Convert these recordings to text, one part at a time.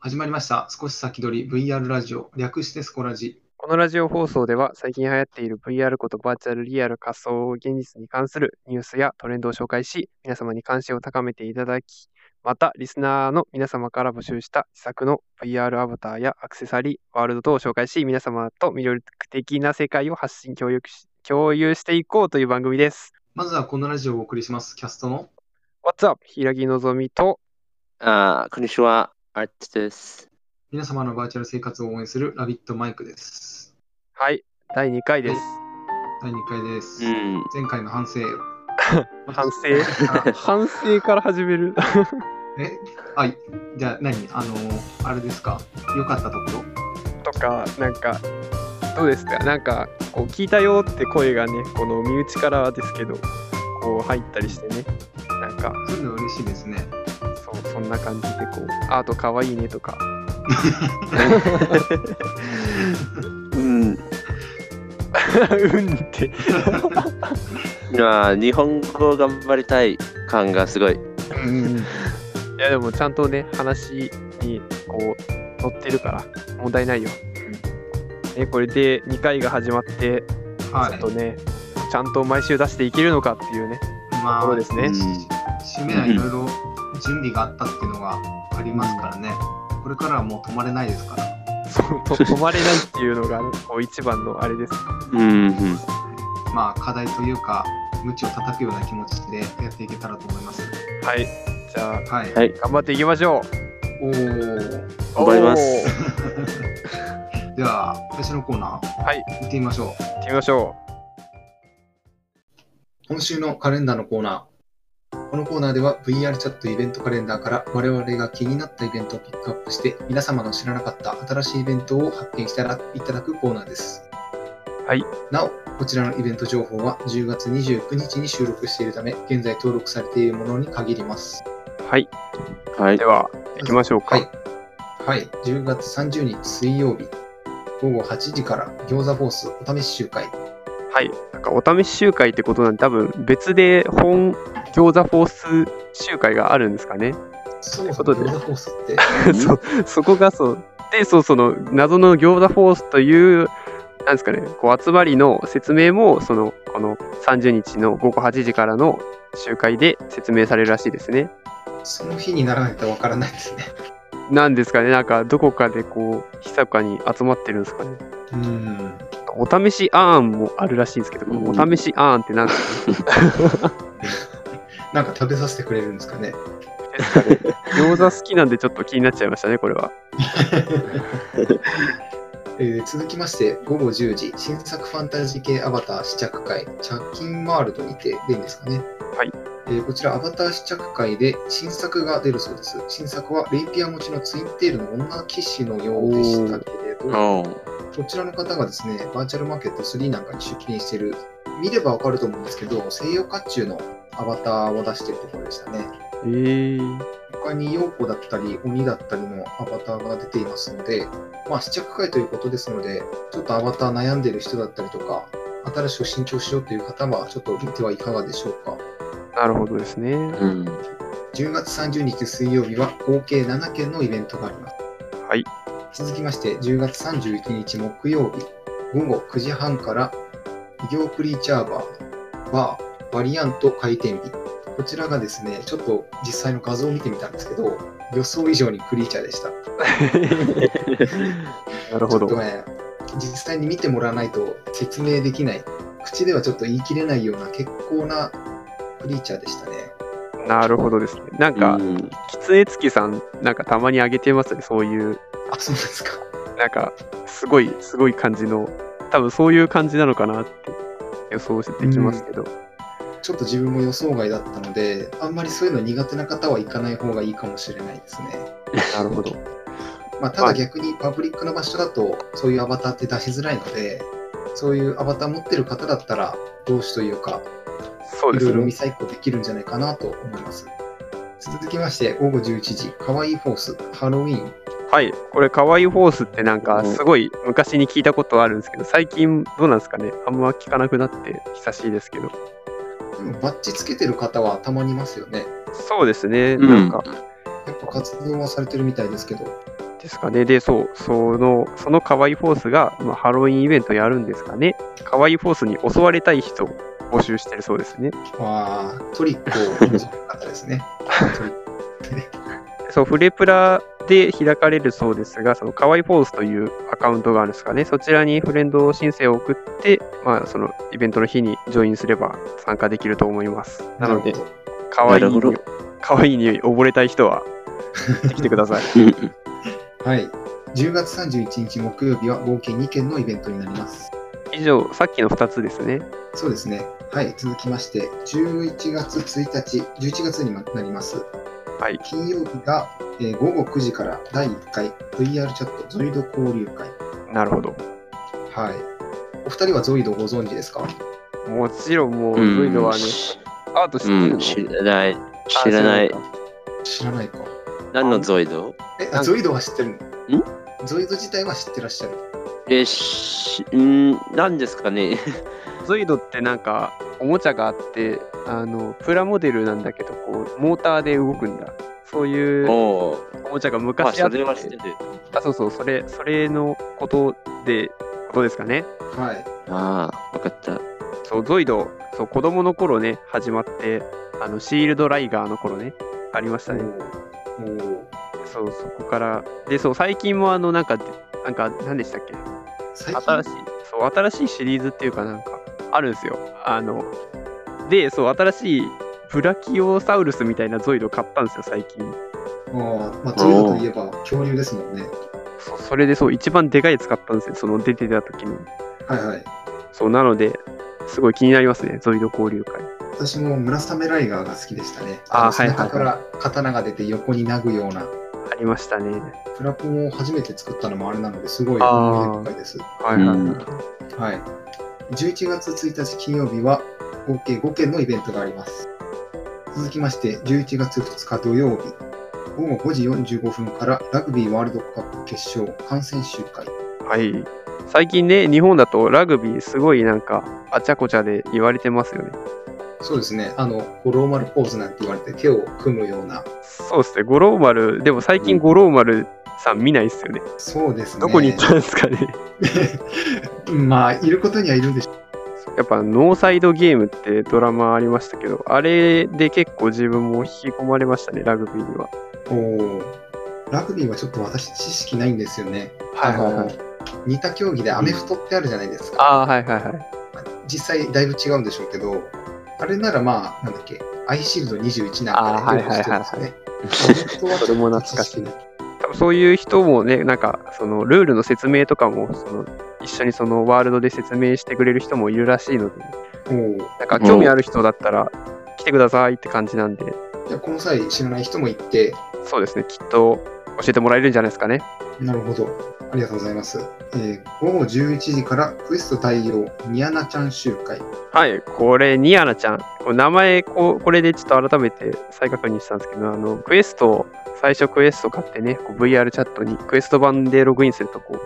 始まりました。少し先取り VR ラジオ、略してスコラジ。このラジオ放送では最近流行っている VR ことバーチャルリアル仮想現実に関するニュースやトレンドを紹介し皆様に関心を高めていただきまたリスナーの皆様から募集した自作の VR アバターやアクセサリーワールド等を紹介し皆様と魅力的な世界を発信共有し共有していこうという番組です。まずはこのラジオをお送りします。キャストの What's up? 平木のぞみとああ、こんにちは、アーティストです。皆様のバーチャル生活を応援するラビットマイクです。はい第2回です。第2回です。うん。前回の反省。 反省反省から始める。 えはい。じゃあ何、あのーあれですか良かったところとかなんかどうですかなんかこう聞いたよって声がねこの身内からですけどこう入ったりしてねなんかそういうの嬉しいですね。そうそんな感じでこうアートかわいいねとか ううん。んってまあ、日本語を頑張りたい感がすごい。いやでもちゃんとね話にこう乗ってるから問題ないよ、ね、これで2回が始まってはちょっいと。ねちゃんと毎週出していけるのかっていうねとまころあで、すね、締めはいろいろ準備があったっていうのがありますからね。これからはもう止まれないですから。そうと止まれないっていうのが、ね、こう一番のあれですうん。うん。まあ課題というか、無知を叩くような気持ちでやっていけたらと思います。はいじゃあはい。はい頑張っていきましょおーう頑張りますおーでは、最初のコーナー、はい行ってみましょう。行ってみましょ今週のカレンダーのコーナー。このコーナーでは VR チャットイベントカレンダーから我々が気になったイベントをピックアップして皆様の知らなかった新しいイベントを発見していただくコーナーです。はい。なお、こちらのイベント情報は10月29日に収録しているため、現在登録されているものに限ります。うはいはいで。は行きましょうか、はい。はい。10月30日水曜日、午後8時から餃子フォースお試し集会。はい、なんかお試し集会ってことなんで、多分別で本餃子フォース集会があるんですかね。そううことで餃子フォースって。 そうそこがそう。で、そうその謎の餃子フォースという、なんですかね、こう集まりの説明も、その、この30日の午後8時からの集会で説明されるらしいですね。その日にならないとわからないですね。なんですかね、なんかどこかでこう、密かに集まってるんですかね。うん。お試しアーンもあるらしいんですけど、このお試しアーンって 何ですかね。なんか食べさせてくれるんですか ね。ですかね餃子好きなんでちょっと気になっちゃいましたね、これは。えー続きまして、午後10時、新作ファンタジー系アバター試着会、チャッキンワールドにてでいいんですかね。はい。えーこちら、アバター試着会で新作が出るそうです。新作は、レイピア持ちのツインテールの女騎士のようでしたけれど、おこちらの方がですね、バーチャルマーケット3なんかに出品してる、見ればわかると思うんですけど、西洋甲冑のアバターを出してるところでしたね。えー、他に陽子だったり鬼だったりのアバターが出ていますので、まあ、試着会ということですので、ちょっとアバター悩んでる人だったりとか、新しく新調しようという方は、ちょっと見てはいかがでしょうか。なるほどですね。うん。 10月30日水曜日は合計7件のイベントがあります。はい。続きまして、10月31日木曜日、午後9時半から、異業クリーチャーバー、バー、バリアント開店日。こちらがですね、ちょっと実際の画像を見てみたんですけど、予想以上にクリーチャーでした。なるほど。ちょっとうね、実際に見てもらわないと説明できない、口ではちょっと言い切れないような結構なクリーチャーでしたね。なるほどですね。なんか、うんキツネツキさん、なんかたまにあげてますね、そういう、あ、そうですか。なんか、すごい、すごい感じの、多分そういう感じなのかなって予想してできますけど。ちょっと自分も予想外だったので、あんまりそういうの苦手な方は行かない方がいいかもしれないですね。なるほど。まあ、ただ逆にパブリックな場所だと、そういうアバターって出しづらいので、そういうアバター持ってる方だったら、同志というか、そういでろいすろ見ね。再考できるんじゃないかなと思います。続きまして、午後11時、かわいいフォース、ハロウィーン。はい。これ、可愛いフォースってなんか、すごい昔に聞いたことあるんですけど、最近どうなんですかね。あんま聞かなくなって、久しいですけど。でもバッジつけてる方はたまにいますよね。そうですね。うんなんか、やっぱ活動はされてるみたいですけど、ですかね。で、そう、その、そのカワイフォースが、まあ、ハロウィンイベントやるんですかね。カワイフォースに襲われたい人を募集してるそうですね。ああ、トリックを面白かったですね。トリックそう、フレプラで開かれるそうですが、そのカワイフォースというアカウントがあるんですかね。そちらにフレンド申請を送って、まあ、そのイベントの日にジョインすれば参加できると思います。 なので、るほかわいいなるほ匂いど、かわいい匂い、溺れたい人は、 来てきてください。どはい。10月31日木曜日は合計2件のイベントになります。以上、さっきの2つですね。そうですね。はい。続きまして、11月1日、11月になります。はい金曜日が、えー午後9時から第1回 VR チャットゾイド交流会。なるほど。はい。お二人はゾイドご存知ですかもちろんもう、うんゾイドはね、しアート知ってうるの、ん、知らない。知らない。あ知らないか。何のゾイドえ、なあんゾイドは知ってるのゾイド自体は知ってらっしゃる。え、し、ん何ですかねゾイドってなんかおもちゃがあってあのプラモデルなんだけどこうモーターで動くんだそういうおお。おもちゃがまあ、昔あそってれは知ってる。あそうそうそれそれのことでことですかねはい。ああ、わかった。そうゾイドそう子供の頃ね始まってあのシールドライガーの頃ねありましたね、おーおーそうそこからでそう最近もあのなんかなんか何でしたっけ最新近しいそう新しいシリーズっていうかなんかあるんですよあのでそう新しいブラキオサウルスみたいなゾイド買ったんですよ最近あーまあ、ゾイドといえば恐竜ですもんね。そうそれでそう一番でかいやつ買ったんですよその出てた時のはいはい。そうなのですごい気になりますねゾイド交流会私も村雨ライガーが好きでしたね。あーの背はいはいは中いから刀が出て横に殴るような。ありましたねプラポンを初めて作ったのもあれなのですごい思い出深いです。はいはい、うんはい。11月1日金曜日は合計5件のイベントがあります。続きまして、11月2日土曜日、午後5時45分からラグビーワールドカップ決勝観戦集会。はい最近ね日本だとラグビーすごいなんかあちゃこちゃで言われてますよねそうですね、あの、五郎丸ポーズなんて言われて手を組むような、そうですね五郎丸でも最近五郎丸さん見ないっすよねそうですね。どこに行ったんですかね まあ、いることにはいるんでしょやっぱノーサイドゲームってドラマありましたけど、あれで結構自分も引き込まれましたね、ラグビーには。う。おーラグビーはちょっと私知識ないんですよね。い。あの似た競技でアメフトってあるじゃないですか。ああ、はいはいはい。実際だいぶ違うんでしょうけど、あれならまあ、なんだっけ、アイシールド21なんかあーでよく知ってますよね。 それも懐かしい。ね。多分そういう人もね、なんか、そのルールの説明とかも、その、一緒にそのワールドで説明してくれる人もいるらしいので、おーなんか興味ある人だったら来てくださいって感じなんで、じゃあこの際知らない人もいて、そうですね、きっと教えてもらえるんじゃないですかね。なるほど。ありがとうございます。えー午後11時からクエスト対応、ニアナちゃん集会。はい、これ、ニアナちゃん。これ名前こう、これでちょっと改めて再確認したんですけど、あの、クエストを、最初クエスト買ってね、こう VR チャットにクエスト版でログインすると、こう、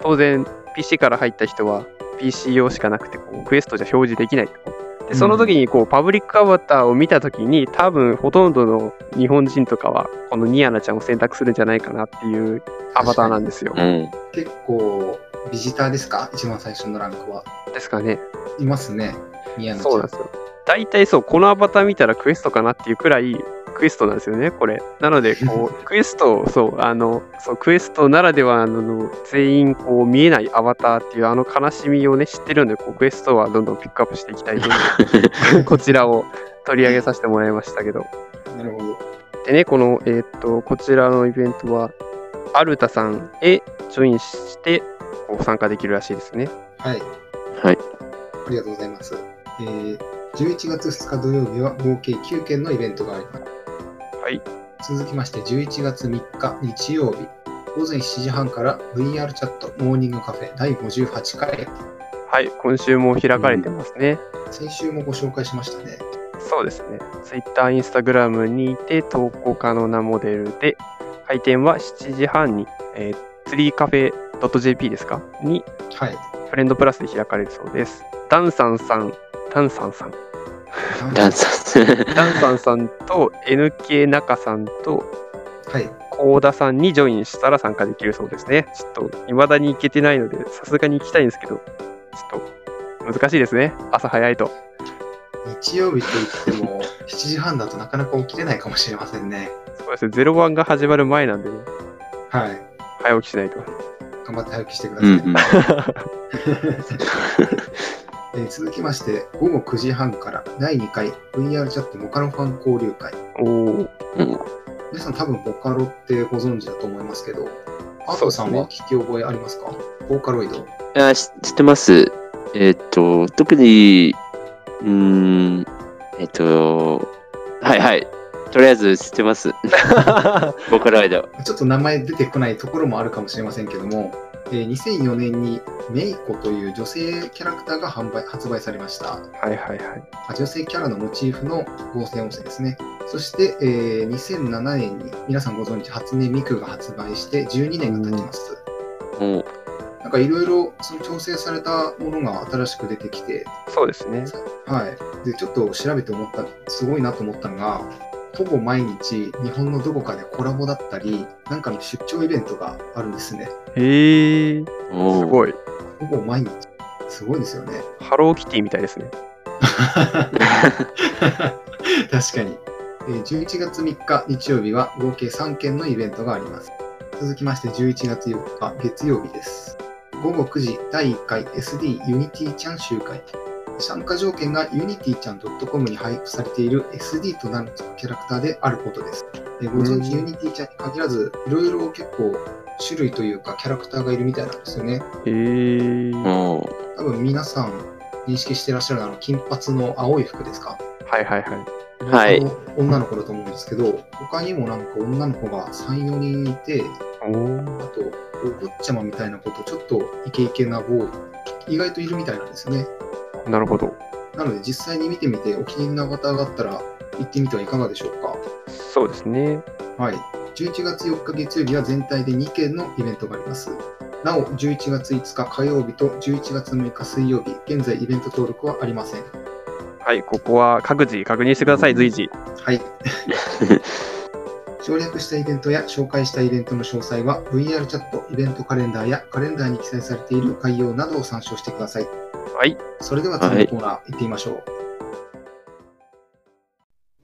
当然 PC から入った人は PC 用しかなくて、こう、クエストじゃ表示できないと。で、その時に、こう、パブリックアバターを見た時に、多分、ほとんどの日本人とかは、このニアナちゃんを選択するんじゃないかなっていうアバターなんですよう。ん。結構、ビジターですか一番最初のランクは。ですかね。いますね。ニアナちゃん。そうなんですよ。大体そう、このアバター見たらクエストかなっていうくらいクエストなんですよね、これ。なので、こ う、クエストを、そう、あの、そう、クエストならではのの、全員、こう、見えないアバターっていうあの悲しみをね、知ってるので、こう、クエストはどんどんピックアップしていきたいと いうこちらを取り上げさせてもらいましたけど。なるほど。でね、この、えーっと、こちらのイベントは、アルタさんへジョインして、こう、参加できるらしいですね。はい。はい。ありがとうございます。えー11月2日土曜日は合計9件のイベントがあります。はい。続きまして、11月3日日曜日、午前7時半から VR チャットモーニングカフェ第58回、はい、今週も開かれてますね。先週もご紹介しましたね。そうですね。Twitter、Instagram にて投稿可能なモデルで、開店は7時半に、えー、ツリーカフェ .jp ですかにはい。フレンドプラスで開かれるそうです。ダンサンさん、ダンサンさん、ダンサー。ダンサンさんと NK 中さんとはい。高田さんにジョインしたら参加できるそうですね。ちょっと、未だに行けてないので、さすがに行きたいんですけど、ちょっと、難しいですね。朝早いと。日曜日といっても、7時半だとなかなか起きれないかもしれませんね。そうですね、ゼロ番が始まる前なんで、ね、はい。早起きしないと。頑張って早起きしてくだうさんい。うん。えー続きまして、午後9時半から第2回 VR チャットボカロファン交流会。おお、皆さん多分ボカロってご存知だと思いますけど、アートさんは聞き覚えありますかボーカロイド。あし知ってます。えっ、と、特に、うーん、えっ、と、はいはい。とりあえず知ってます。 ボカロイド。ちょっと名前出てこないところもあるかもしれませんけども、えー2004年にメイコという女性キャラクターが販売発売されました。はいはいはい。あ女性キャラのモチーフの合成音声ですね。そして、えー2007年に皆さんご存知、初音ミクが発売して12年が経ちます。もなんかいろいろその調整されたものが新しく出てきて、そうですね。はい。で、ちょっと調べて思った、すごいなと思ったのが、ほぼ毎日日本のどこかでコラボだったり、なんかの出張イベントがあるんですね。へえ、う、すもう、ごい。ほぼ毎日。すごいですよね。ハローキティみたいですね。 確かに。えー11月3日日曜日は合計3件のイベントがあります。続きまして11月4日月曜日です。午後9時第1回 SD ユニティちゃん集会。参加条件が unitychan.com に配布されている SD となるキャラクターであることです。えーご存知うん Unity ちゃんに限らず、いろいろ結構種類というかキャラクターがいるみたいなんですよね。へえ、は も多分皆さん認識してらっしゃるのはあの金髪の青い服ですかいはいはい。う、はい。女の子だと思うんですけど、他にもなんか女の子が3、4人いて、おお、あと、お坊ちゃまみたいなこと、ちょっとイケイケなボーイ、意外といるみたいなんですよね。なるほど。なので実際に見てみて、お気に入りの方があったら、行ってみてはいかがでしょうそうですね。か。はい。11月4日月曜日は全体で2件のイベントがあります。なお、11月5日火曜日と11月6日水曜日、現在イベント登録はありません。はい、ここは各自確認してください、随時。はい。省略したイベントや紹介したイベントの詳細は VR チャット、イベントカレンダーやカレンダーに記載されている概要などを参照してください。はい、それでは次のコーナー行ってみましょ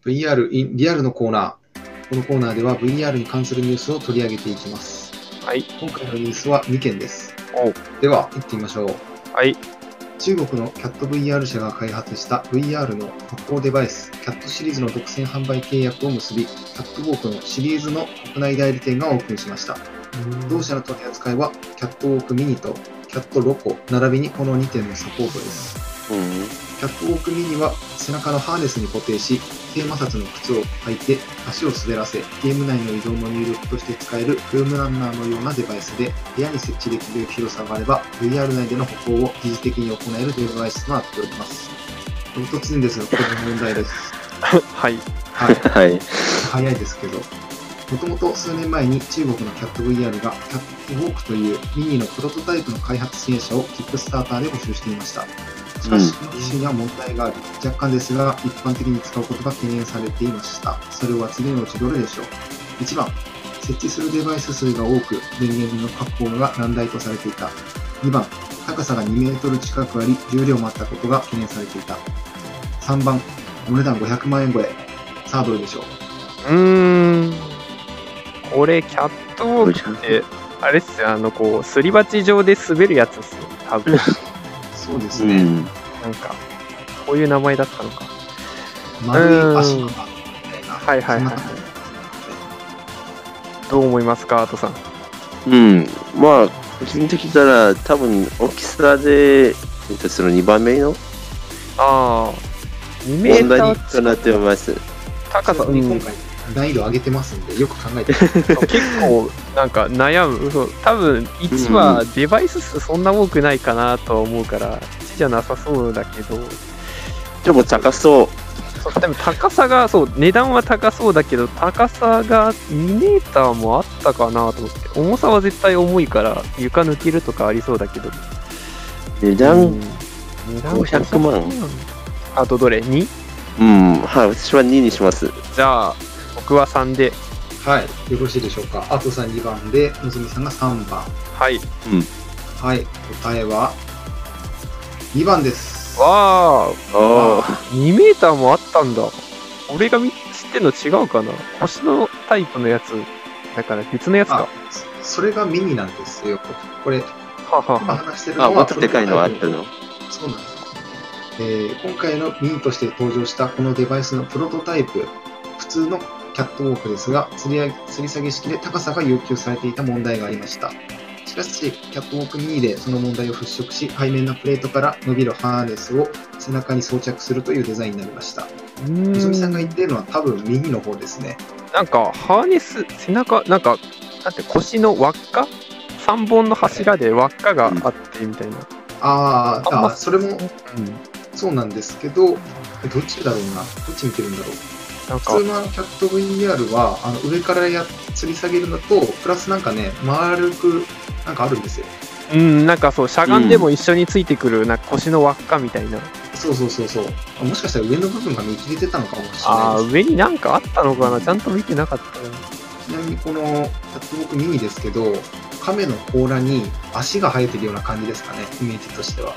う。VR in リアルのコーナー。このコーナーでは VR に関するニュースを取り上げていきます。はい、今回のニュースは2件ですお。では行ってみましょう。はい、 中国のキャット VR 社が開発した VR の発光デバイス、キャットシリーズの独占販売契約を結び、キャットウォークのシリーズの国内代理店がオープンしました。同社の取り扱いは、キャットウォークミニとキャットロコ、並びにこの2点のサポートです。うんキャットウォークミニは背中のハーネスに固定し、低摩擦の靴を履いて足を滑らせ、ゲーム内の移動の入力として使えるフームランナーのようなデバイスで、部屋に設置できる広さがあれば、VR 内での歩行を疑似的に行えるデバイスとなっております。突然ですが、これの問題です。はい、はい。はい。早いですけど、もともと数年前に中国のキャット VR がキャットウォークというミニのプロトタイプの開発支援者をキックスターターで募集していました。しかうんし、この機種には問題があり、若干ですが、一般的に使うことが懸念されていました。それは次のうちどれでしょう ?1 番、設置するデバイス数が多く、電源の確保が難題とされていた。2番、高さが2メートル近くあり、重量もあったことが懸念されていた。3番、お値段500万円超え。さあ、どれでしょううーん、これ、キャットウォークって、あれっすよ、あの、こう、すり鉢状で滑るやつっすよ、多分そうですうね。ん。なんか、こういう名前だったのか。丸い足とかみたいな。はいはいはいそんな感どう思いますか、アートさん。うん。まあ、個人的なら、多分、大きさで、えっと、その2番目のああ、2メー問タ題ーかなって思います。高じそさ、うこに今ん、回難易度上げてますんで、よく考 えてください。そう結構なんか悩むそう多分1はデバイス数そんな多くないかなとは思うから1じゃなさそうだけどでも高そう。そうでも高さがそう値段は高そうだけど高さが2メーターもあったかなと思って重さは絶対重いから床抜けるとかありそうだけど値うん段、値段500万あとどれ 2? うん、はい、私は2にします。じゃあ僕は3ではい。よろしいでしょうか。あとさん2番で、のぞみさんが3番。はい。はい。答えは、2番です。わあ、おー2メーターもあったんだ。俺が見知ってんの違うかな星のタイプのやつ。だから別のやつか。あそそれがミニなんですよ。これ、はあはあ今は話してるのはあ、もっとでかいのはあったの。そうなんです、えー今回のミニとして登場したこのデバイスのプロトタイプ普通のキャットウォークですが吊り上げ吊り下げ式で高さが要求されていた問題がありましたしかしキャットウォークミニでその問題を払拭し背面のプレートから伸びるハーネスを背中に装着するというデザインになりましたうーのぞみさんがん言っているのは多分ミニの方ですねなんか、ハーネス、背中、なんか、なんて腰の輪っか ?3 本の柱で輪っかがあってみたいな。あーあんまあーそれもうん。そうなんですけどえどっちだろうなどっち見てるんだろうなんか普通、のキャット VR はあの上からや吊り下げるのとプラスなんかね丸くなんかあるんですようん、なんかそう、しゃがんでも一緒についてくる、なんか腰の輪っかみたいな。そうそうそうそうあもしかしたら上の部分が見切れてたのかもしれなああ、いです上になんかあったのかなちゃんと見てなかったな。ちなみにこのキャットウォークミニですけど亀の甲羅に足が生えてるような感じですかねイメージとしては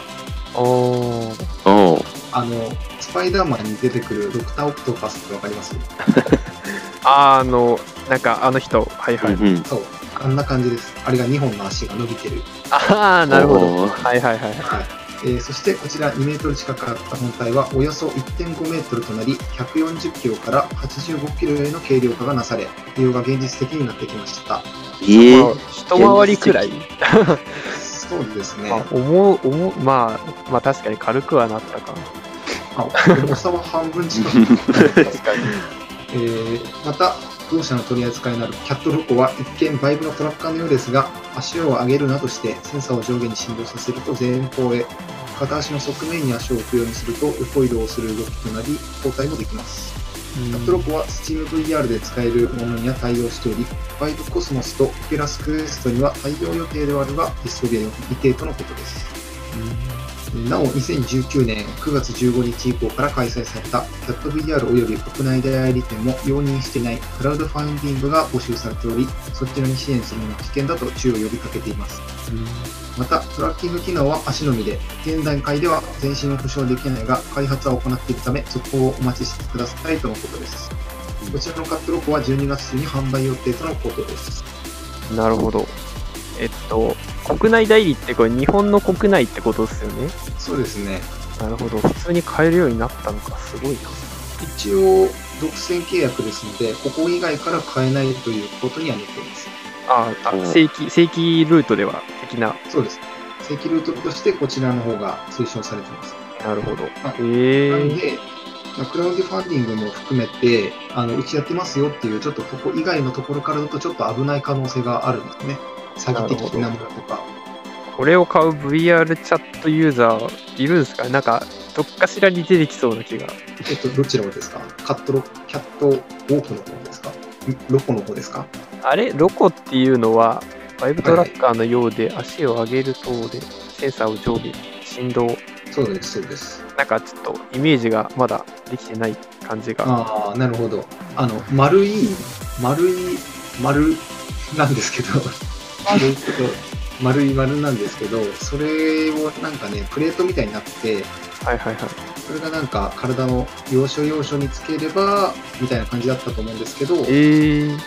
おーおお。あのスパイダーマンに出てくるドクター・オクトパスってわかりますあーあの、なんかあの人、はいはい。うん。そうあんな感じですあれが2本の足が伸びてるああ、なるほど。ど。はいはいはい。はいえーそしてこちら2メートル近くあった本体はおよそ1.5メートルとなり140キロから85キロへの軽量化がなされ利用が現実的になってきましたええまあ、一回りくらい。そうですねまあ、重う、重う、まあ、まあ確かに軽くはなったか。あ重さは半分近く、 確かに。えーまた同社の取り扱いのあるキャットロコは一見バイブのトラッカーのようですが足を上げるなどしてセンサーを上下に振動させると前方へ片足の側面に足を置くようにすると横移動をする動きとなり交代もできますアップロコは SteamVR で使えるものには対応しており、バイブコスモスとオペラスクエストには対応予定ではあるが、実装現未定とのことです。なお、2019年9月15日以降から開催された CatVR 及び国内代理店も容認していないクラウドファンディングが募集されており、そちらに支援するのは危険だと注意を呼びかけています。また、トラッキング機能は足のみで、現段階では全身を保証できないが、開発は行っているため、続報をお待ちしてくださいとのことです。こちらのカットロコは12月中に販売予定とのことです。なるほど。えっと、国内代理ってこれ日本の国内ってことですよね。そうですね。なるほど。普通に買えるようになったのか、すごいな。一応、独占契約ですので、ここ以外から買えないということにはなっています。あーうんあ、正規、正規ルートでは的な。そうです。正規ルートとしてこちらの方が推奨されています。なるほど。えなのー、で、まあクラウドファンディングも含めて、あのうちやってますよっていう、ちょっとここ以外のところからだと、ちょっと危ない可能性があるんですね。詐欺的なものとか。これを買う VR チャットユーザーいるんですかなんか、どっかしらに出てきそうな気が。えっと、どちらをですかカットロ、キャットウォークの方ですかロコの方ですかあれロコっていうのは、バイブトラッカーのようで足を上げる等で、センサーを上下、振動、そうです、そうです。なんかちょっとイメージがまだできてない感じが。ああ、なるほど。あの、丸い、丸い、丸なんですけど、丸いけど丸い丸なんですけど、それをなんかね、プレートみたいになってて、はいはいはい。それがなんか体の要所要所につければ、みたいな感じだったと思うんですけど、えー、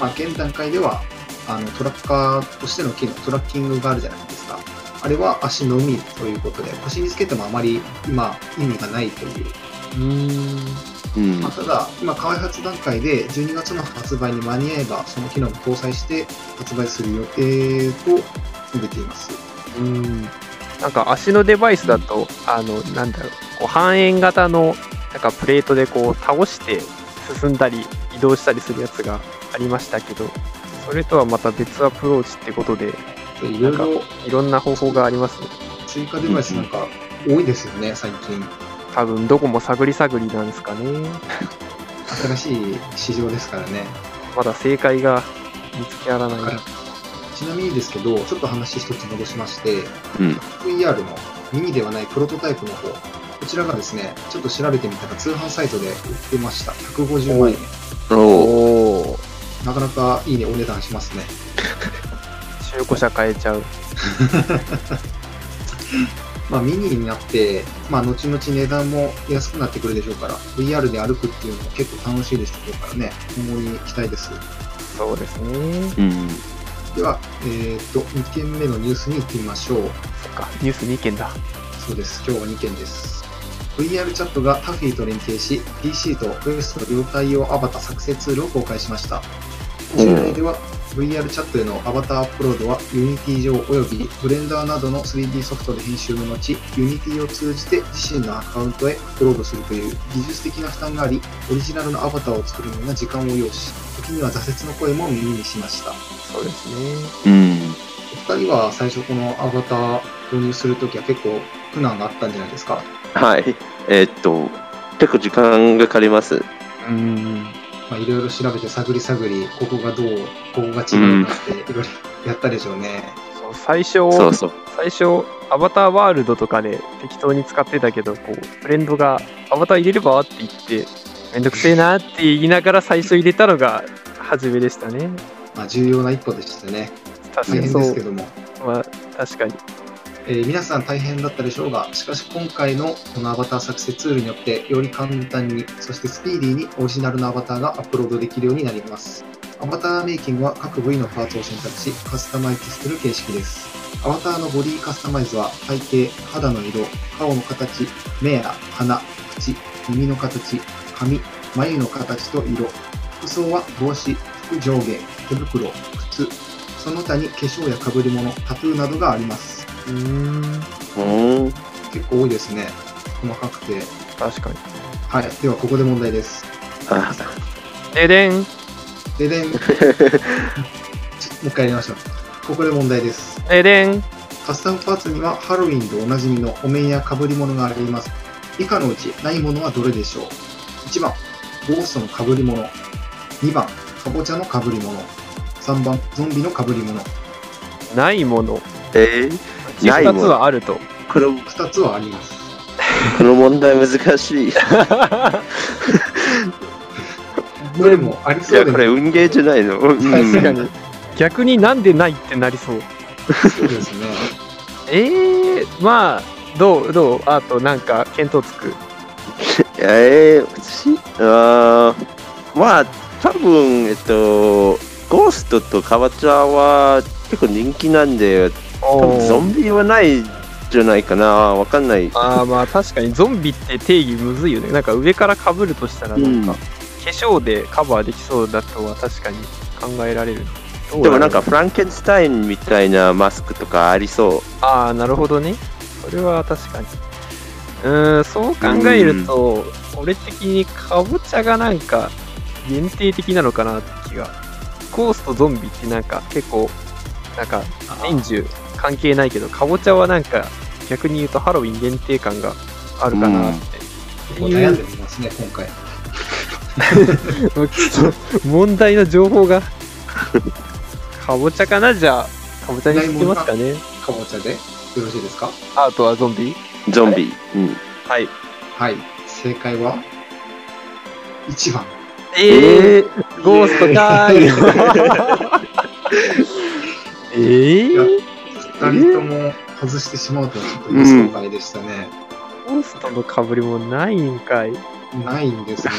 まあ、現段階では、あの、トラッカーとしての機能、トラッキングがあるじゃないですか。あれは足のみということで、腰につけてもあまり今意味がないといううーん。うんまあ、。ただ、今、開発段階で12月の発売に間に合えば、その機能も搭載して発売する予定と述べています。うんなんか足のデバイスだと、あの、なんだろう、こう半円型の、なんかプレートでこう倒して進んだり移動したりするやつがありましたけど、それとはまた別アプローチってことで、でいろいなろいろんな方法がありますね。追加デバイスなんか多いですよね、最近。多分どこも探り探りなんですかね。新しい市場ですからね。まだ正解が見つけられない。はいちなみにですけど、ちょっと話一つ戻しまして、うん。 VR のミニではないプロトタイプの方、こちらがですね、ちょっと調べてみたら通販サイトで売ってました。150万円。おお。おーなかなかいいね、お値段しますね。中古車買えちゃう。まあ、ミニになって、まあ、後々値段も安くなってくるでしょうから、VR で歩くっていうのも結構楽しいでしょうからね、今後に期待です。そうですね。うん。では、えー、と、2件目のニュースに行ってみましょう。そっか、ニュース2件だ。そうです。今日は2件です。VR チャットがタフィーと連携し、PC と Quest の両対応アバター作成ツールを公開しました。うん従来では VR チャットへのアバターアップロードは Unity 上および Blender などの 3D ソフトで編集の後、Unity を通じて自身のアカウントへアップロードするという技術的な負担があり、オリジナルのアバターを作るのが時間を要し、時には挫折の声も耳にしました。そうですね。うん。お二人は最初このアバター導入するときは結構苦難があったんじゃないですかはい。えーっと、結構時間がかかります。うん。まあ、いろいろ調べて探り探り、ここがどう、ここが違うなって、いろいろやったでしょうね。そう最初、そうそう。最初、アバターワールドとかで適当に使ってたけど、こう、フレンドがアバター入れればって言って、めんどくせえなって言いながら最初入れたのが初めでしたね。まあ、重要な一歩でしたね。確か大に変そでう。すけども。まあ、確かに。えー皆さん大変だったでしょうが、しかし今回のこのアバター作成ツールによって、より簡単に、そしてスピーディーにオリジナルのアバターがアップロードできるようになります。アバターメイキングは各部位のパーツを選択し、カスタマイズする形式です。アバターのボディカスタマイズは、体型、肌の色、顔の形、目や鼻、口、耳の形、髪、眉の形と色。服装は帽子、服上下、手袋、靴、その他に化粧や被り物、タトゥーなどがあります。うん。うん。結構多いですね細かくて確かに。はいではここで問題ですあ、ででん。で でんちょもう一回やりましょうここで問題ですででん。カスタムパーツにはハロウィンでおなじみのお面や被り物があります以下のうちないものはどれでしょう1番ゴーストの被り物2番かぼちゃの被り物3番ゾンビの被り物ないもの。えー、ないも2のつはあると。この、 2つはありますこの問題難し い。いどれもありそうや、でこもれ運ゲーじゃないの。うん確かに。逆になんでないってなりそう。そうですねええまあ、どうどうあと、なんか、見当つく。えー、私、あーまあ、多分、えっと、ゴーストとカバチャは結構人気なんで、多分ゾンビはないんじゃないかな。わかんない。あーまあ確かにゾンビって定義むずいよねなんか上からかぶるとしたらなんか、うん化粧でカバーできそうだとは確かに考えられるでもなんかフランケンスタインみたいなマスクとかありそああなるほどねそれは確かにうーんそう考えると、俺的にかぼちゃがなんか限定的なのかなって気がゴーストゾンビってなんか結構なんかあ年中関係ないけどかぼちゃはなんか逆に言うとハロウィン限定感があるかなって、っていう悩んでみますね今回 問題の情報が かぼちゃかなじゃあかぼちゃにしてますかねかぼちゃでよろしいですかアートはゾンビう。ゾンビ。うん。はいはい、正解は1番。ええー、ー、ゴーストかーい えー、 2人とも外してしまうとはちょっと予想外でしたね。ゴーストのかぶりもないんかいないんですね。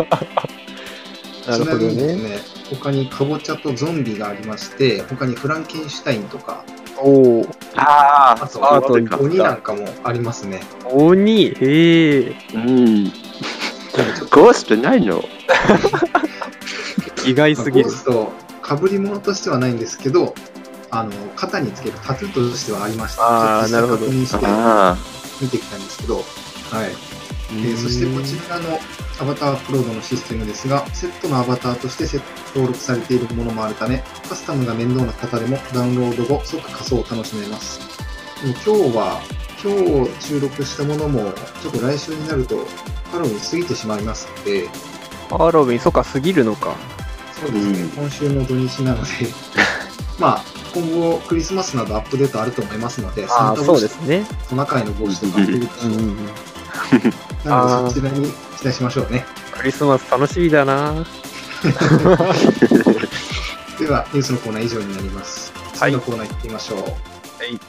なるほどちなみにですねね、他にかぼちゃとゾンビがありまして、他にフランケンシュタインとか、おおあああ、とアートに鬼なんかもありますね。鬼えー、うちん。ょっとゴーストないの意外すぎゴるースト、かぶり物としてはないんですけど、あの肩につけるタトゥーとしてはありました。あーちょっとなるほど確認してあ見てきたんですけど、はい。えーそしてこちらのアバターアップロードのシステムですが、セットのアバターとしてセット登録されているものもあるため、カスタムが面倒な方でもダウンロード後即仮想を楽しめます。でも今日は、今日収録したものも、ちょっと来週になるとハロウィン過ぎてしまいますので、ハロウィンそうか過ぎるのかそうですね、うん今週の土日 なので、まあ、今後クリスマスなどアップデートあると思いますので、ああサンタ帽そう子ですねトナカイの帽子とか出るでしょう。なのでそちらに期待しましょうね。クリスマス楽しみだなでは、ニュースのコーナー以上になります。はい。次のコーナー行ってみましょう。はい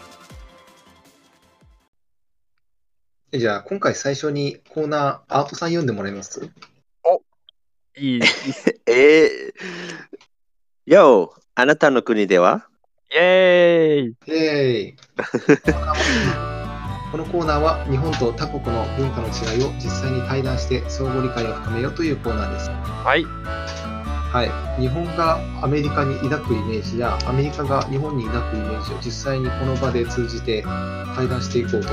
じゃあ、今回最初にコーナー、アートさん読んでもらえますいい。えー、よう、あなたの国ではイエーイイ エーイこのコーナーは日本と他国の文化の違いを実際に対談して相互理解を深めようというコーナーです。はい。はい、日本がアメリカに抱くイメージやアメリカが日本に抱くイメージを実際にこの場で通じて対談していこうというコ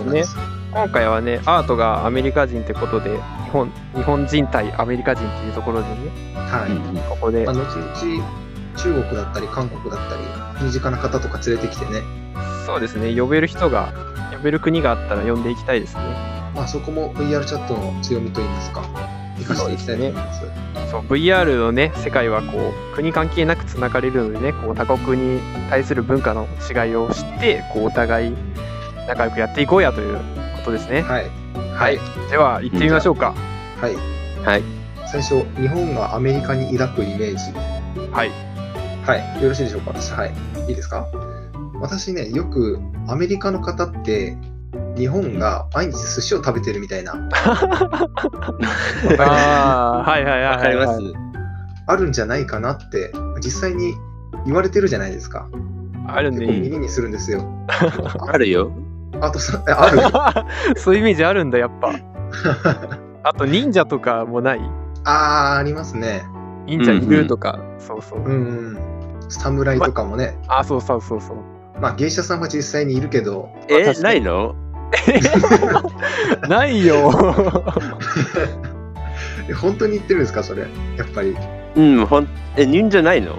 ーナーです。今回はね、アートがアメリカ人ってことで、日本日本人対アメリカ人っていうところでね、はうんいうんここでまあ、後々中国だったり韓国だったり身近な方とか連れてきてね、そうですね、呼べる人が、呼べる国があったら呼んでいきたいですね。まあ、そこも VR チャットの強みといいますか生かしていきたいと思います。そう、VR のね、世界はこう、国関係なくつながれるのでね、こう、他国に対する文化の違いを知って、こう、お互い仲良くやっていこうやということですね。はい、はい。では、行ってみましょうか。はいはい。最初、日本がアメリカに抱くイメージ。はい。はい。よろしいでしょうか私、はい。いいですか私ね、よくアメリカの方って、日本が毎日寿司を食べてるみたいな、ああ、はいはいはい、はい。わかります。あるんじゃないかなって、実際に言われてるじゃないですか。ある結構ね。 耳にするんですよ。あるよ。あとさ、えある そういうイメージあるんだ、やっぱ。あと、忍者とかもないあー、ありますね。忍者いるとか、そうそう。うんうん。侍とかもね。あ、そうそうそうそう。まあ、芸者さんは実際にいるけど、確えかにないのない よ。え本当に言ってるんですかそれ。やっぱり。うん、ほん、え、忍者ないの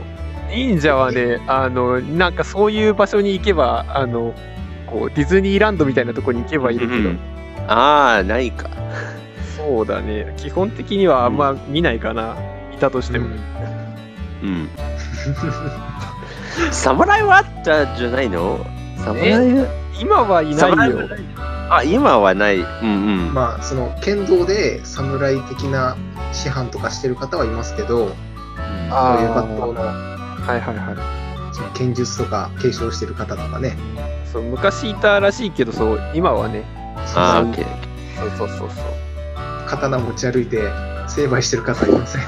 忍者はね、あの、なんかそういう場所に行けば、あの、こう、ディズニーランドみたいなとこに行けばいるけど、うんああ、ないか。そうだね。基本的にはあんま見ないかな。いたとしても。うん。侍はあったじゃないの侍は今はいない侍はよ。ないあ、今はない。うんう ん。まあその剣道で侍的な師範とかしてる方はいますけど、あ、そうーいう格闘のはいはいはその剣術とか継承してる方とかね、い。そう、昔いたらしいけど、そう、今はね、あそー、のオッケー。そうそうそうそう。刀持ち歩いて成敗してる方いません。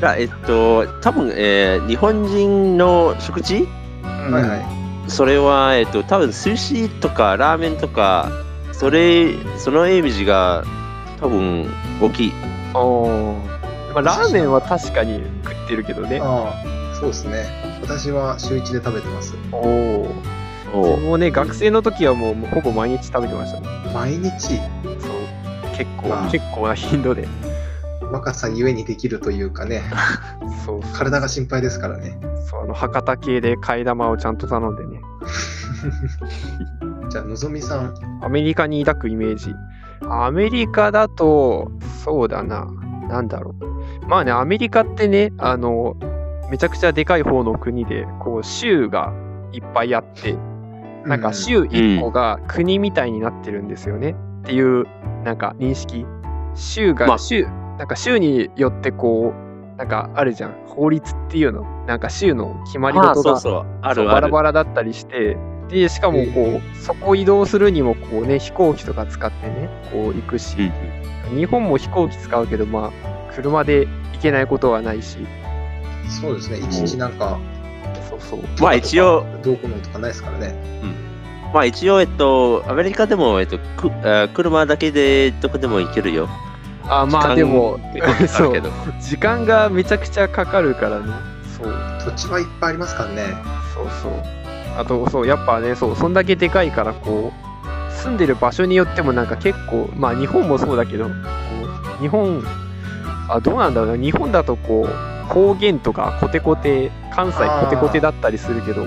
じゃあえっと、多分、えー日本人の食事ははいはい。それは、えっと、多分寿司とかラーメンとか、それ、そのイメージが多分大きい。おまあ、ラーメンは確かに食ってるけどね。ああ、そうですね。私は週一で食べてます。おお。おもうね、学生の時はもうほぼ毎日食べてましたね。毎日そう。結あ構、ー結構な頻度で。若さゆえにできるというか ね、そうそう体が心配ですからね。そうあの博多系で替え玉をちゃんと頼んでねじゃあのぞみさん、アメリカに抱くイメージアメリカだとそうだななんだろうまあねアメリカってねあのめちゃくちゃでかい方の国でこう州がいっぱいあってなんかう州1個が国みたいになってるんですよね、っていうなんか認識州まがあ州、なんか州によってこうなんかあるじゃん法律っていうのなんか州の決まりあー、事そがうそう。あそうるあバラる。バラだったりしてでしかもこう、えそこ移動するにもこうね飛行機とか使ってねこう行くし、日本も飛行機使うけどまあ車で行けないことはないしんそうですね。一日なんかそうそうまあ一応、どうこうのとかないですからね。まあ一応、えっと、アメリカでも、えっと、くあ車だけでどこでも行 けるよ。あまあでも時間結構かかるけど。時間がめちゃくちゃかかるからねそう土地はいっぱいありますからね。そうそうあとそうやっぱねそうそんだけでかいからこう住んでる場所によってもなんか結構まあ日本もそうだけどこう日本あどうなんだろうな日本だとこう方言とかコテコテ関西あーコテコテだったりするけど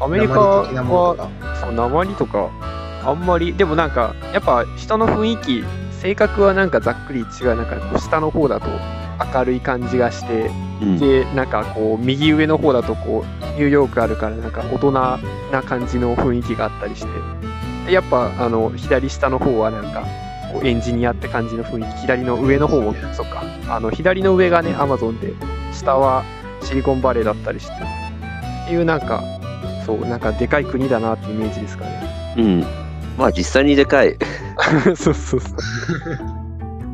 アメリカ鉛的なものとはか。そう鉛とかあんまりでもなんかやっぱ人の雰囲気性格はなんかざっくり違うなんかこう下の方だと明るい感じがしてうんでなんかこう右上の方だとこうニューヨークあるからなんか大人な感じの雰囲気があったりしてでやっぱあの左下の方はなんかこうエンジニアって感じの雰囲気左の上の方もそっかあの左の上がねアマゾンで下はシリコンバレーだったりしてっていうなんかそうなんかでかい国だなってイメージですかね うん。まあ実際にでかい。そうそうそう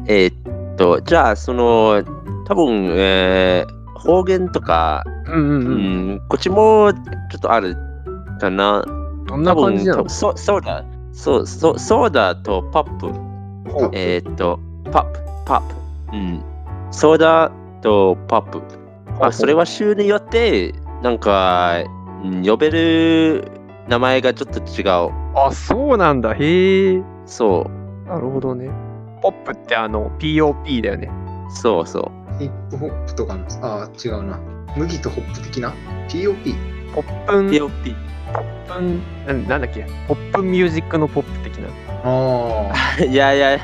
えーっと、じゃあその、多分、えー方言とか、うんううんうんん、こっちもちょっとあるかな。どんな感じな多の分そそうだ。そう、そう、ソーダとパップ。ほうえーっと、パップ、パップ。うん。ソーダとパップ。まあ、それは州によって、なんか、うん呼べる名前がちょっと違う。あそうなんだへえそなるほどねポップってあの POP だよねう、そうそう。ヒップホップとかの、あー違うな。麦とホップ的な ?POP? ポップン POP。ポップンなんなんだっけポップンミュージックのポップ的なああ。 いやいや、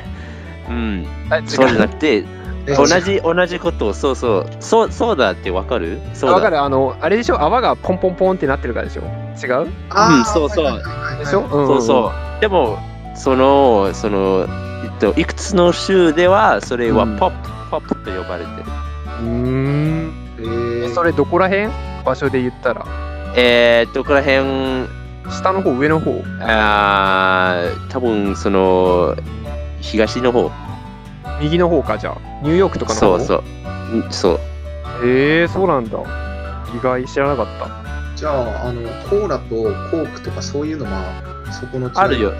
うん、あ違うそうじゃなくて、 え同じ、同じことを、そうそう、そう、そうだってわかるそうだ。わかるあのあれでしょ泡がポンポンポンってなってるからでしょ違うあーうんそうそうはいはいはいはいでしょ、うんそうそう。でも、その、その、えっと、いくつの州では、それはうんポップ、ポップと呼ばれてる。うーんええー、それどこら辺場所で言ったらえー、どこら辺、下の方上の方あー、多分、その、東の方。右の方かじゃあニューヨークとかのそ方うそう。うんそう。へえそうなんだ意外知らなかったじゃあ、あの、コーラとコークとかそういうのは、そこの地域あるよ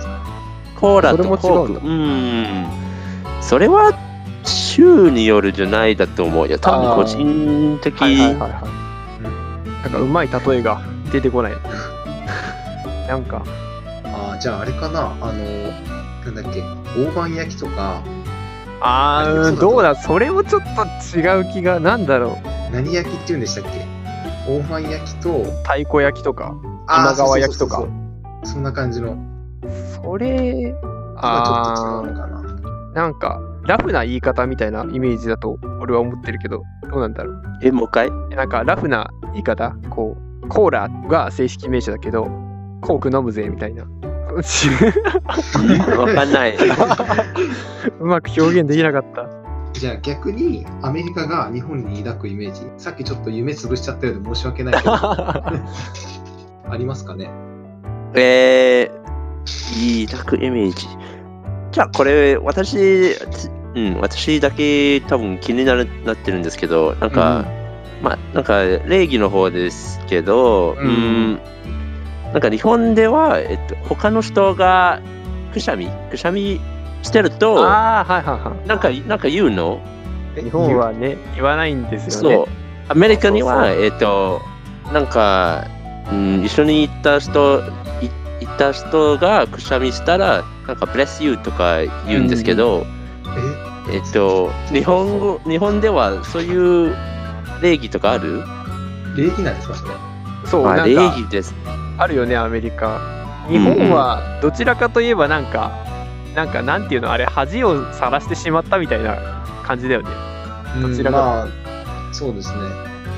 コーラとコーそれも違うんだク。うん。それは、州によるじゃないだと思うよ。多あー分個人的はいはいはいはうんいなんかうまい例えが出てこ ないなんかあーじゃあ、あれかな。あの、なんだっけ、大判焼きとか、あーーどうだそれもちょっと違う気がなんだろう何焼きって言うんでしたっけ大判焼きと、太鼓焼きとかあー今川焼きとかそうそうそうそうそんな感じの、それあちょあっと違うのかな。ーなんかラフな言い方みたいなイメージだと俺は思ってるけどどうなんだろうえ、もう一回 なんかラフな言い方こうコーラが正式名称だけどコーク飲むぜみたいな わかんない。うまく表現できなかった じゃあ逆にアメリカが日本に抱くイメージさっきちょっと夢潰しちゃったようで申し訳ないけどありますかねえー、抱くイメージ。じゃあ、これ、私、つうん、私だけ多分気になるなってるんですけど、なんか、まあ、なんか、礼儀の方ですけど、ううんん、なんか日本では、えっと、他の人がくしゃみ、くしゃみしてると、ああはいはいはなんか、なんか言うのい日本はね言わないんですよねそう。アメリカには、そうそうえっ、と、なんか、うん、一緒に行った人、い行った人がくしゃみしたら、なんか、bless you とか言うんですけど、ええっ、と、日本語、日本ではそういう礼儀とかある礼儀なんですかそれそうまあ、な礼んか儀です。あるよねアメリカ日本はどちらかといえばなんかなんかなんていうのあれ恥をさらしてしまったみたいな感じだよねどちらがうんまあそうですね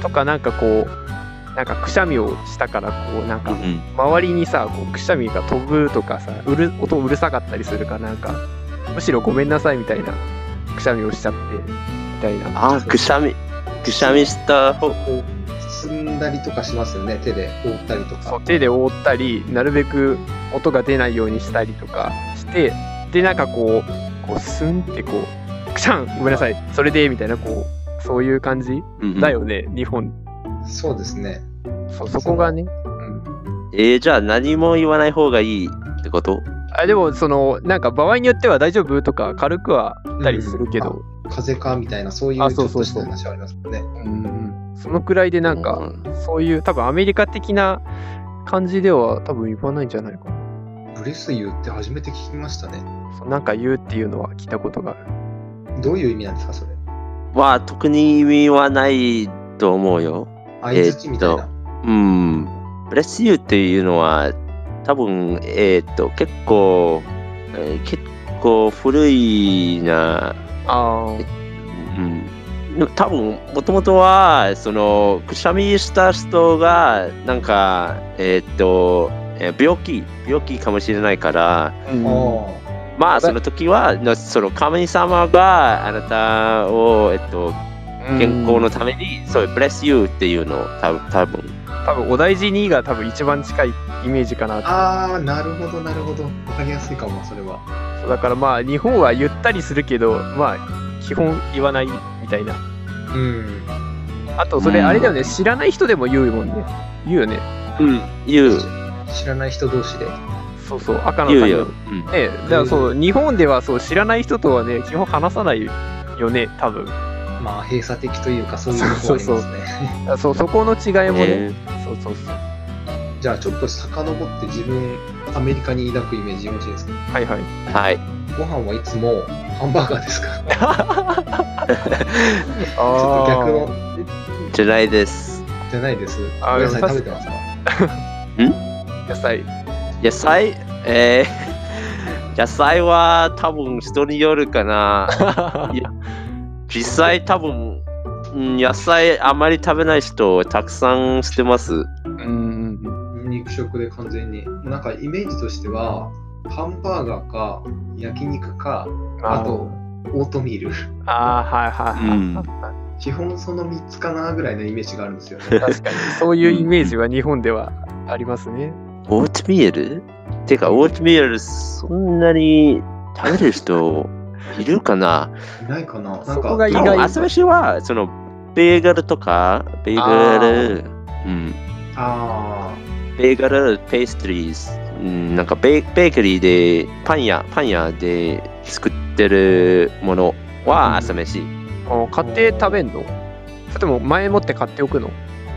とかなんかこうなんかくしゃみをしたからこうなんうかん。周りにさこうくしゃみが飛ぶとかさうる音うるさかったりするからなんかむしろごめんなさいみたいなくしゃみをしちゃってみたいなあー、くしゃみ、くしゃみした方、こう包んだりとかしますよね手で覆ったりとそうか手で覆ったりなるべく音が出ないようにしたりとかしてでなんかこうこうスンってこうくしゃんごめんなさいそれでみたいなこうそういう感じうんうんだよね、日本そうですねそうそこがねえー、じゃあ何も言わない方がいいってことあでもそのなんか場合によっては大丈夫とか軽くは言ったりするけど、風邪かみたいなそういあうちそょうっそうとしそうた話はありますよねそのくらいでなんか、うそういう多分アメリカ的な感じでは多分言わないんじゃないかな。ブレスユーって初めて聞きましたねそうなんか言うっていうのは聞いたことがある。どういう意味なんですかそれまあ、特に意味はないと思うよ。相づちみたいな、うん。ブレスユーっていうのは、多分、えっ、と、結構、えー結構古いな、あうん。でも多分、もともとは、その、くしゃみした人が、なんか、えっ、と、えー病気、病気かもしれないから、ああ、あまあその時はのその神様があなたを、えっと、健康のために、そういう bless you っていうのを多分多分多分お大事にが多分一番近いイメージかなああ、なるほど、なるほど。わかりやすいかも、それは。そうだからまあ日本はゆったりするけどまあ基本言わないみたいなうん。あとそれあれだよね知らない人でも言うもんね言うよねうん言う知らない人同士で。そうそう赤の言他人うよね、うんだからそう日本ではそう知らない人とはね基本話さないよね多分まあ、閉鎖的というか、そういうのもありそまうすそうそね。あそうそこの違いもねねそうそうそうじゃあ、ちょっと遡って自分、アメリカに抱くイメージよろしいですかはいはいはいご飯はいつもハンバーガーですかちょっと逆あーの、じゃないですじゃないです。おあー野菜でも食べてますか野菜野菜えー 野菜は多分人によるかな 実際多分うん野菜あまり食べない人たくさんしてますうん肉食で完全に。なんかイメージとしては、ハンバーガーか、焼肉か、あと、オートミール。 あーはいはいはい、うん基本その3つかなぐらいのイメージがあるんですよ ね。確かにそういうイメージは日本ではありますねオートミールてかオートミールそんなに食べる人 いるかないないかななんそか、こが意多分外朝飯はそのベーガルとかベーガルうんあベーガル、ペーストリーズ、うんなんかベーベーカリーで、パン屋、パン屋で作ってるものは朝飯。あ買って食べんのそれとも前もって買っておくの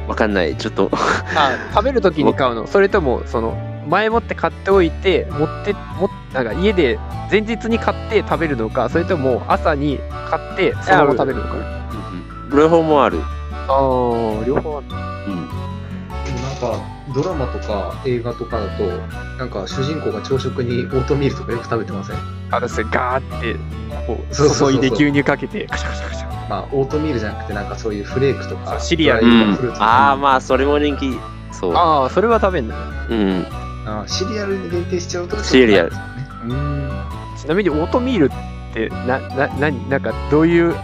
わかんない。ちょっと、あ食べるときに買うのそれともその前もって買っておいて持ってもなんか家で前日に買って食べるのかそれとも朝に買ってそのまま食べるのか両方もある。ああ両方あるうんあ、でもなんか、ドラマとか映画とかだと、なんか主人公が朝食にオートミールとかよく食べてませんあだそれガーってこうそうそうそうそう注いで牛乳かけてカシャカシャカシャまあ、オートミールじゃなくて、なんかそういうフレークとそうか、シリアルドうライとかフルーツとああ、か、まあ、それも人気。そう。ああそれは食べんのうん。あーシリアルに限定しちゃうと、シリアルちょっとねちなみにオートミールってなな何なんかどういう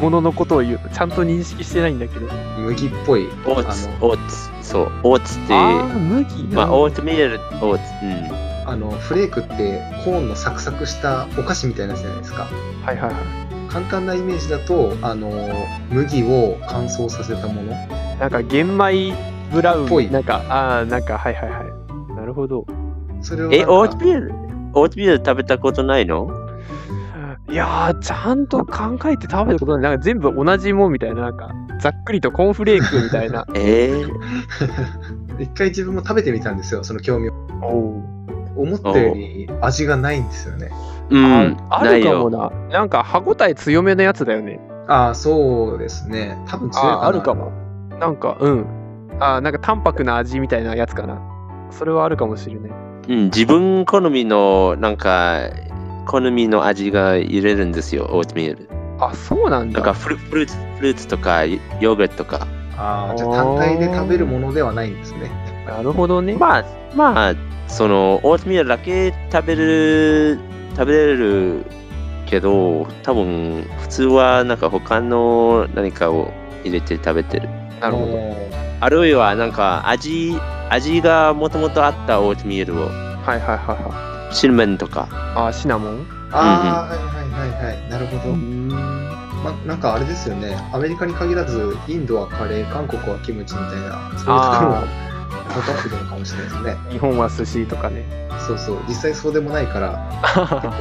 もののことを言うちゃんと認識してないんだけど麦っぽい。オーツあ、オーツ。そう。オーツって、あー麦なまあ、オートミール、オーツ。うん。のあの、フレークってコーンのサクサクしたお菓子みたいなやつじゃないですか。はいはいはい簡単なイメージだと、あの、麦を乾燥させたもの。なんか玄米ブラウぽいンなんかああなんかはいはいはいなるほどそれをえ、オなんーかトミール、オートミール食べたことないのいやーちゃんと考えて食べたことないなんか全部同じもんみたいななんかざっくりとコーンフレークみたいなえー、 一回自分も食べてみたんですよ、その興味を。おう思ったより味がないんですよね。うん。あなるいかよもななんか歯ごたえ強めのやつだよねああ、そうですね。多分強いかなああるかも。なんかうんあーなんか淡白な味みたいなやつかなそれはあるかもしれないうん、自分好みのなんか好みの味が入れるんですよオートミールあそうなんだなんかフルフルーツフルーツとかヨーグルトとかああ、じゃあ単体で食べるものではないんですね。なるほどね、まあまあそのオートミールだけ食べる食べれるけど多分普通はなんか他の何かを入れて食べてるなるほどど。あるいはなんか味味がもともとあったオートミールをはいはいはいはいシナモンとかあーシナモンああ、はいはいはいはい。なるほうど。んま、なんかあれですよね。アメリカに限らず、インドはカレー、韓国はキムチみたいな、そういうところあが分かってるのかもしれないですね。ー日本は寿司とかねそうそう。実際そうでもないから、結構、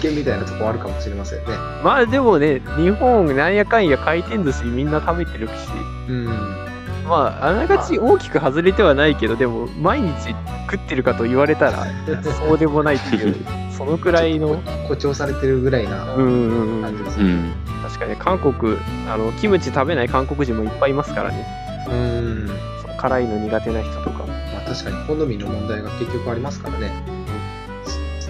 偏見みたいなとこあるかもしれませんね。まあでもね、日本なんやかんや回転寿司みんな食べてるし、うん。まああながち大きく外れてはないけど、でも毎日食ってるかと言われたら、そうでもないって いう、そのくらいの、誇張されてるぐらいなうんうんう感ん、じですうね。ん確かに韓国あの、キムチ食べない韓国人もいっぱいいますからね、うん。その辛いの苦手な人とかも。まあ、確かに好みの問題が結局ありますからね、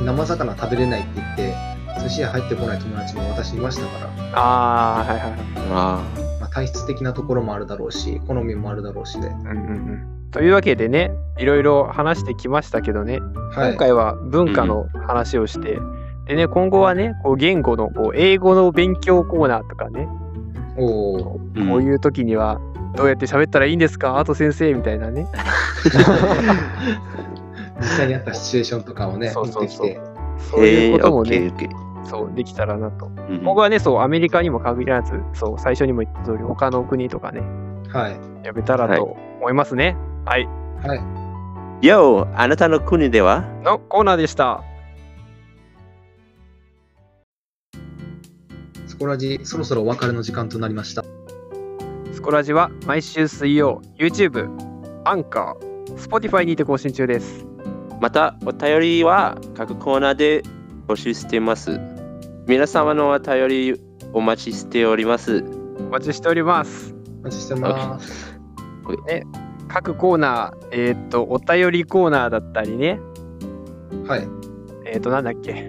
生魚食べれないって言って寿司屋入ってこない友達も私いましたから、ああ、はいはいはい。あまあ、体質的なところもあるだろうし好みもあるだろうしでうんうんうんというわけでね、いろいろ話してきましたけどね、はい。今回は文化の話をして、でね、今後はね、こう言語のこう英語の勉強コーナーとかね、おお。 こういう時には、どうやって喋ったらいいんですかあと先生みたいな ね。実際にあったシチュエーションとかをね、そうそうそ持うってきて。そういうこともえーね、オッケーオッケーそう、できたらなと。うん僕はね、そう、アメリカにも限らず、そう、最初にも言った通り、他の国とかね、はい。やめたらと思いますね。はい。はい。 Yo! あなたの国ではのコーナーでした。そこらじ、そろそろお別れの時間となりました。スコラジは毎週水曜、YouTube、アンカー、Spotify にて更新中です。またお便りは各コーナーで募集しています。皆様のお便りお待ちしております。お待ちしております。お待ちしてます。各コーナー、えーっと、お便りコーナーだったりね、はい。えーっと、なんだっけ、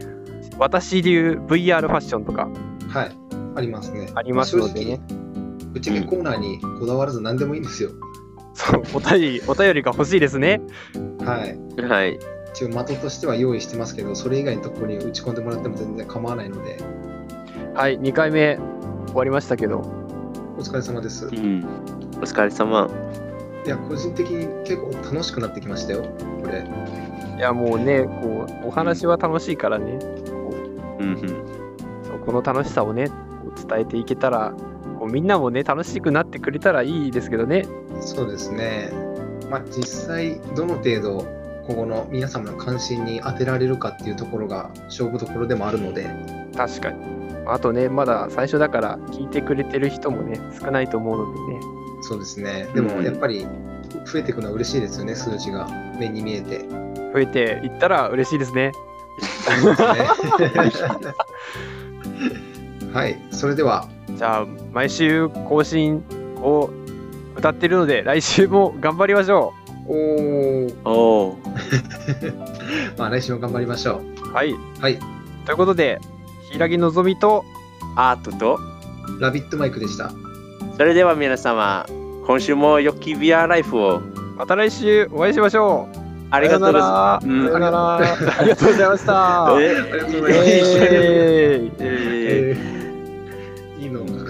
私流 VR ファッションとか、はい。ありますね。ありますのでね正直。ぶっちゃけコーナーにこだわらず何でもいいんですよ。そう、お便り、お便りが欲しいですね。はい。はい。一応的としては用意してますけど、それ以外のところに打ち込んでもらっても全然構わないので、はい、2回目終わりましたけど、お疲れ様です。ういん、お疲れ様。や、個人的に結構楽しくなってきましたよ、これ。いや、もうね、こう、お話は楽しいからね、うんうんそうこの楽しさをね、こう伝えていけたら、こうみんなもね、楽しくなってくれたらいいですけどね。そうですね。まあ、実際、どの程度、今後の皆様の関心に当てられるかっていうところが勝負どころでもあるので、確かにあとねまだ最初だから聞いてくれてる人もね少ないと思うのでねそうですね。でも、うんやっぱり、増えていくのは嬉しいですよね、数字が目に見えて。そう増えていったら嬉しいですねですねはい、それでは、じゃあ毎週更新を歌ってるので来週も頑張りましょおー、おお、まあ、来週も頑張りましょう。うはいはい、ということで柊木のぞみとアートと。ラビットマイクでした。それでは皆様、今週も良きビアライフを。また来週お会いしましょうあありがとうございます。ますうんさよならありがとうございました えありがとうございます。えーえーえーいいのを書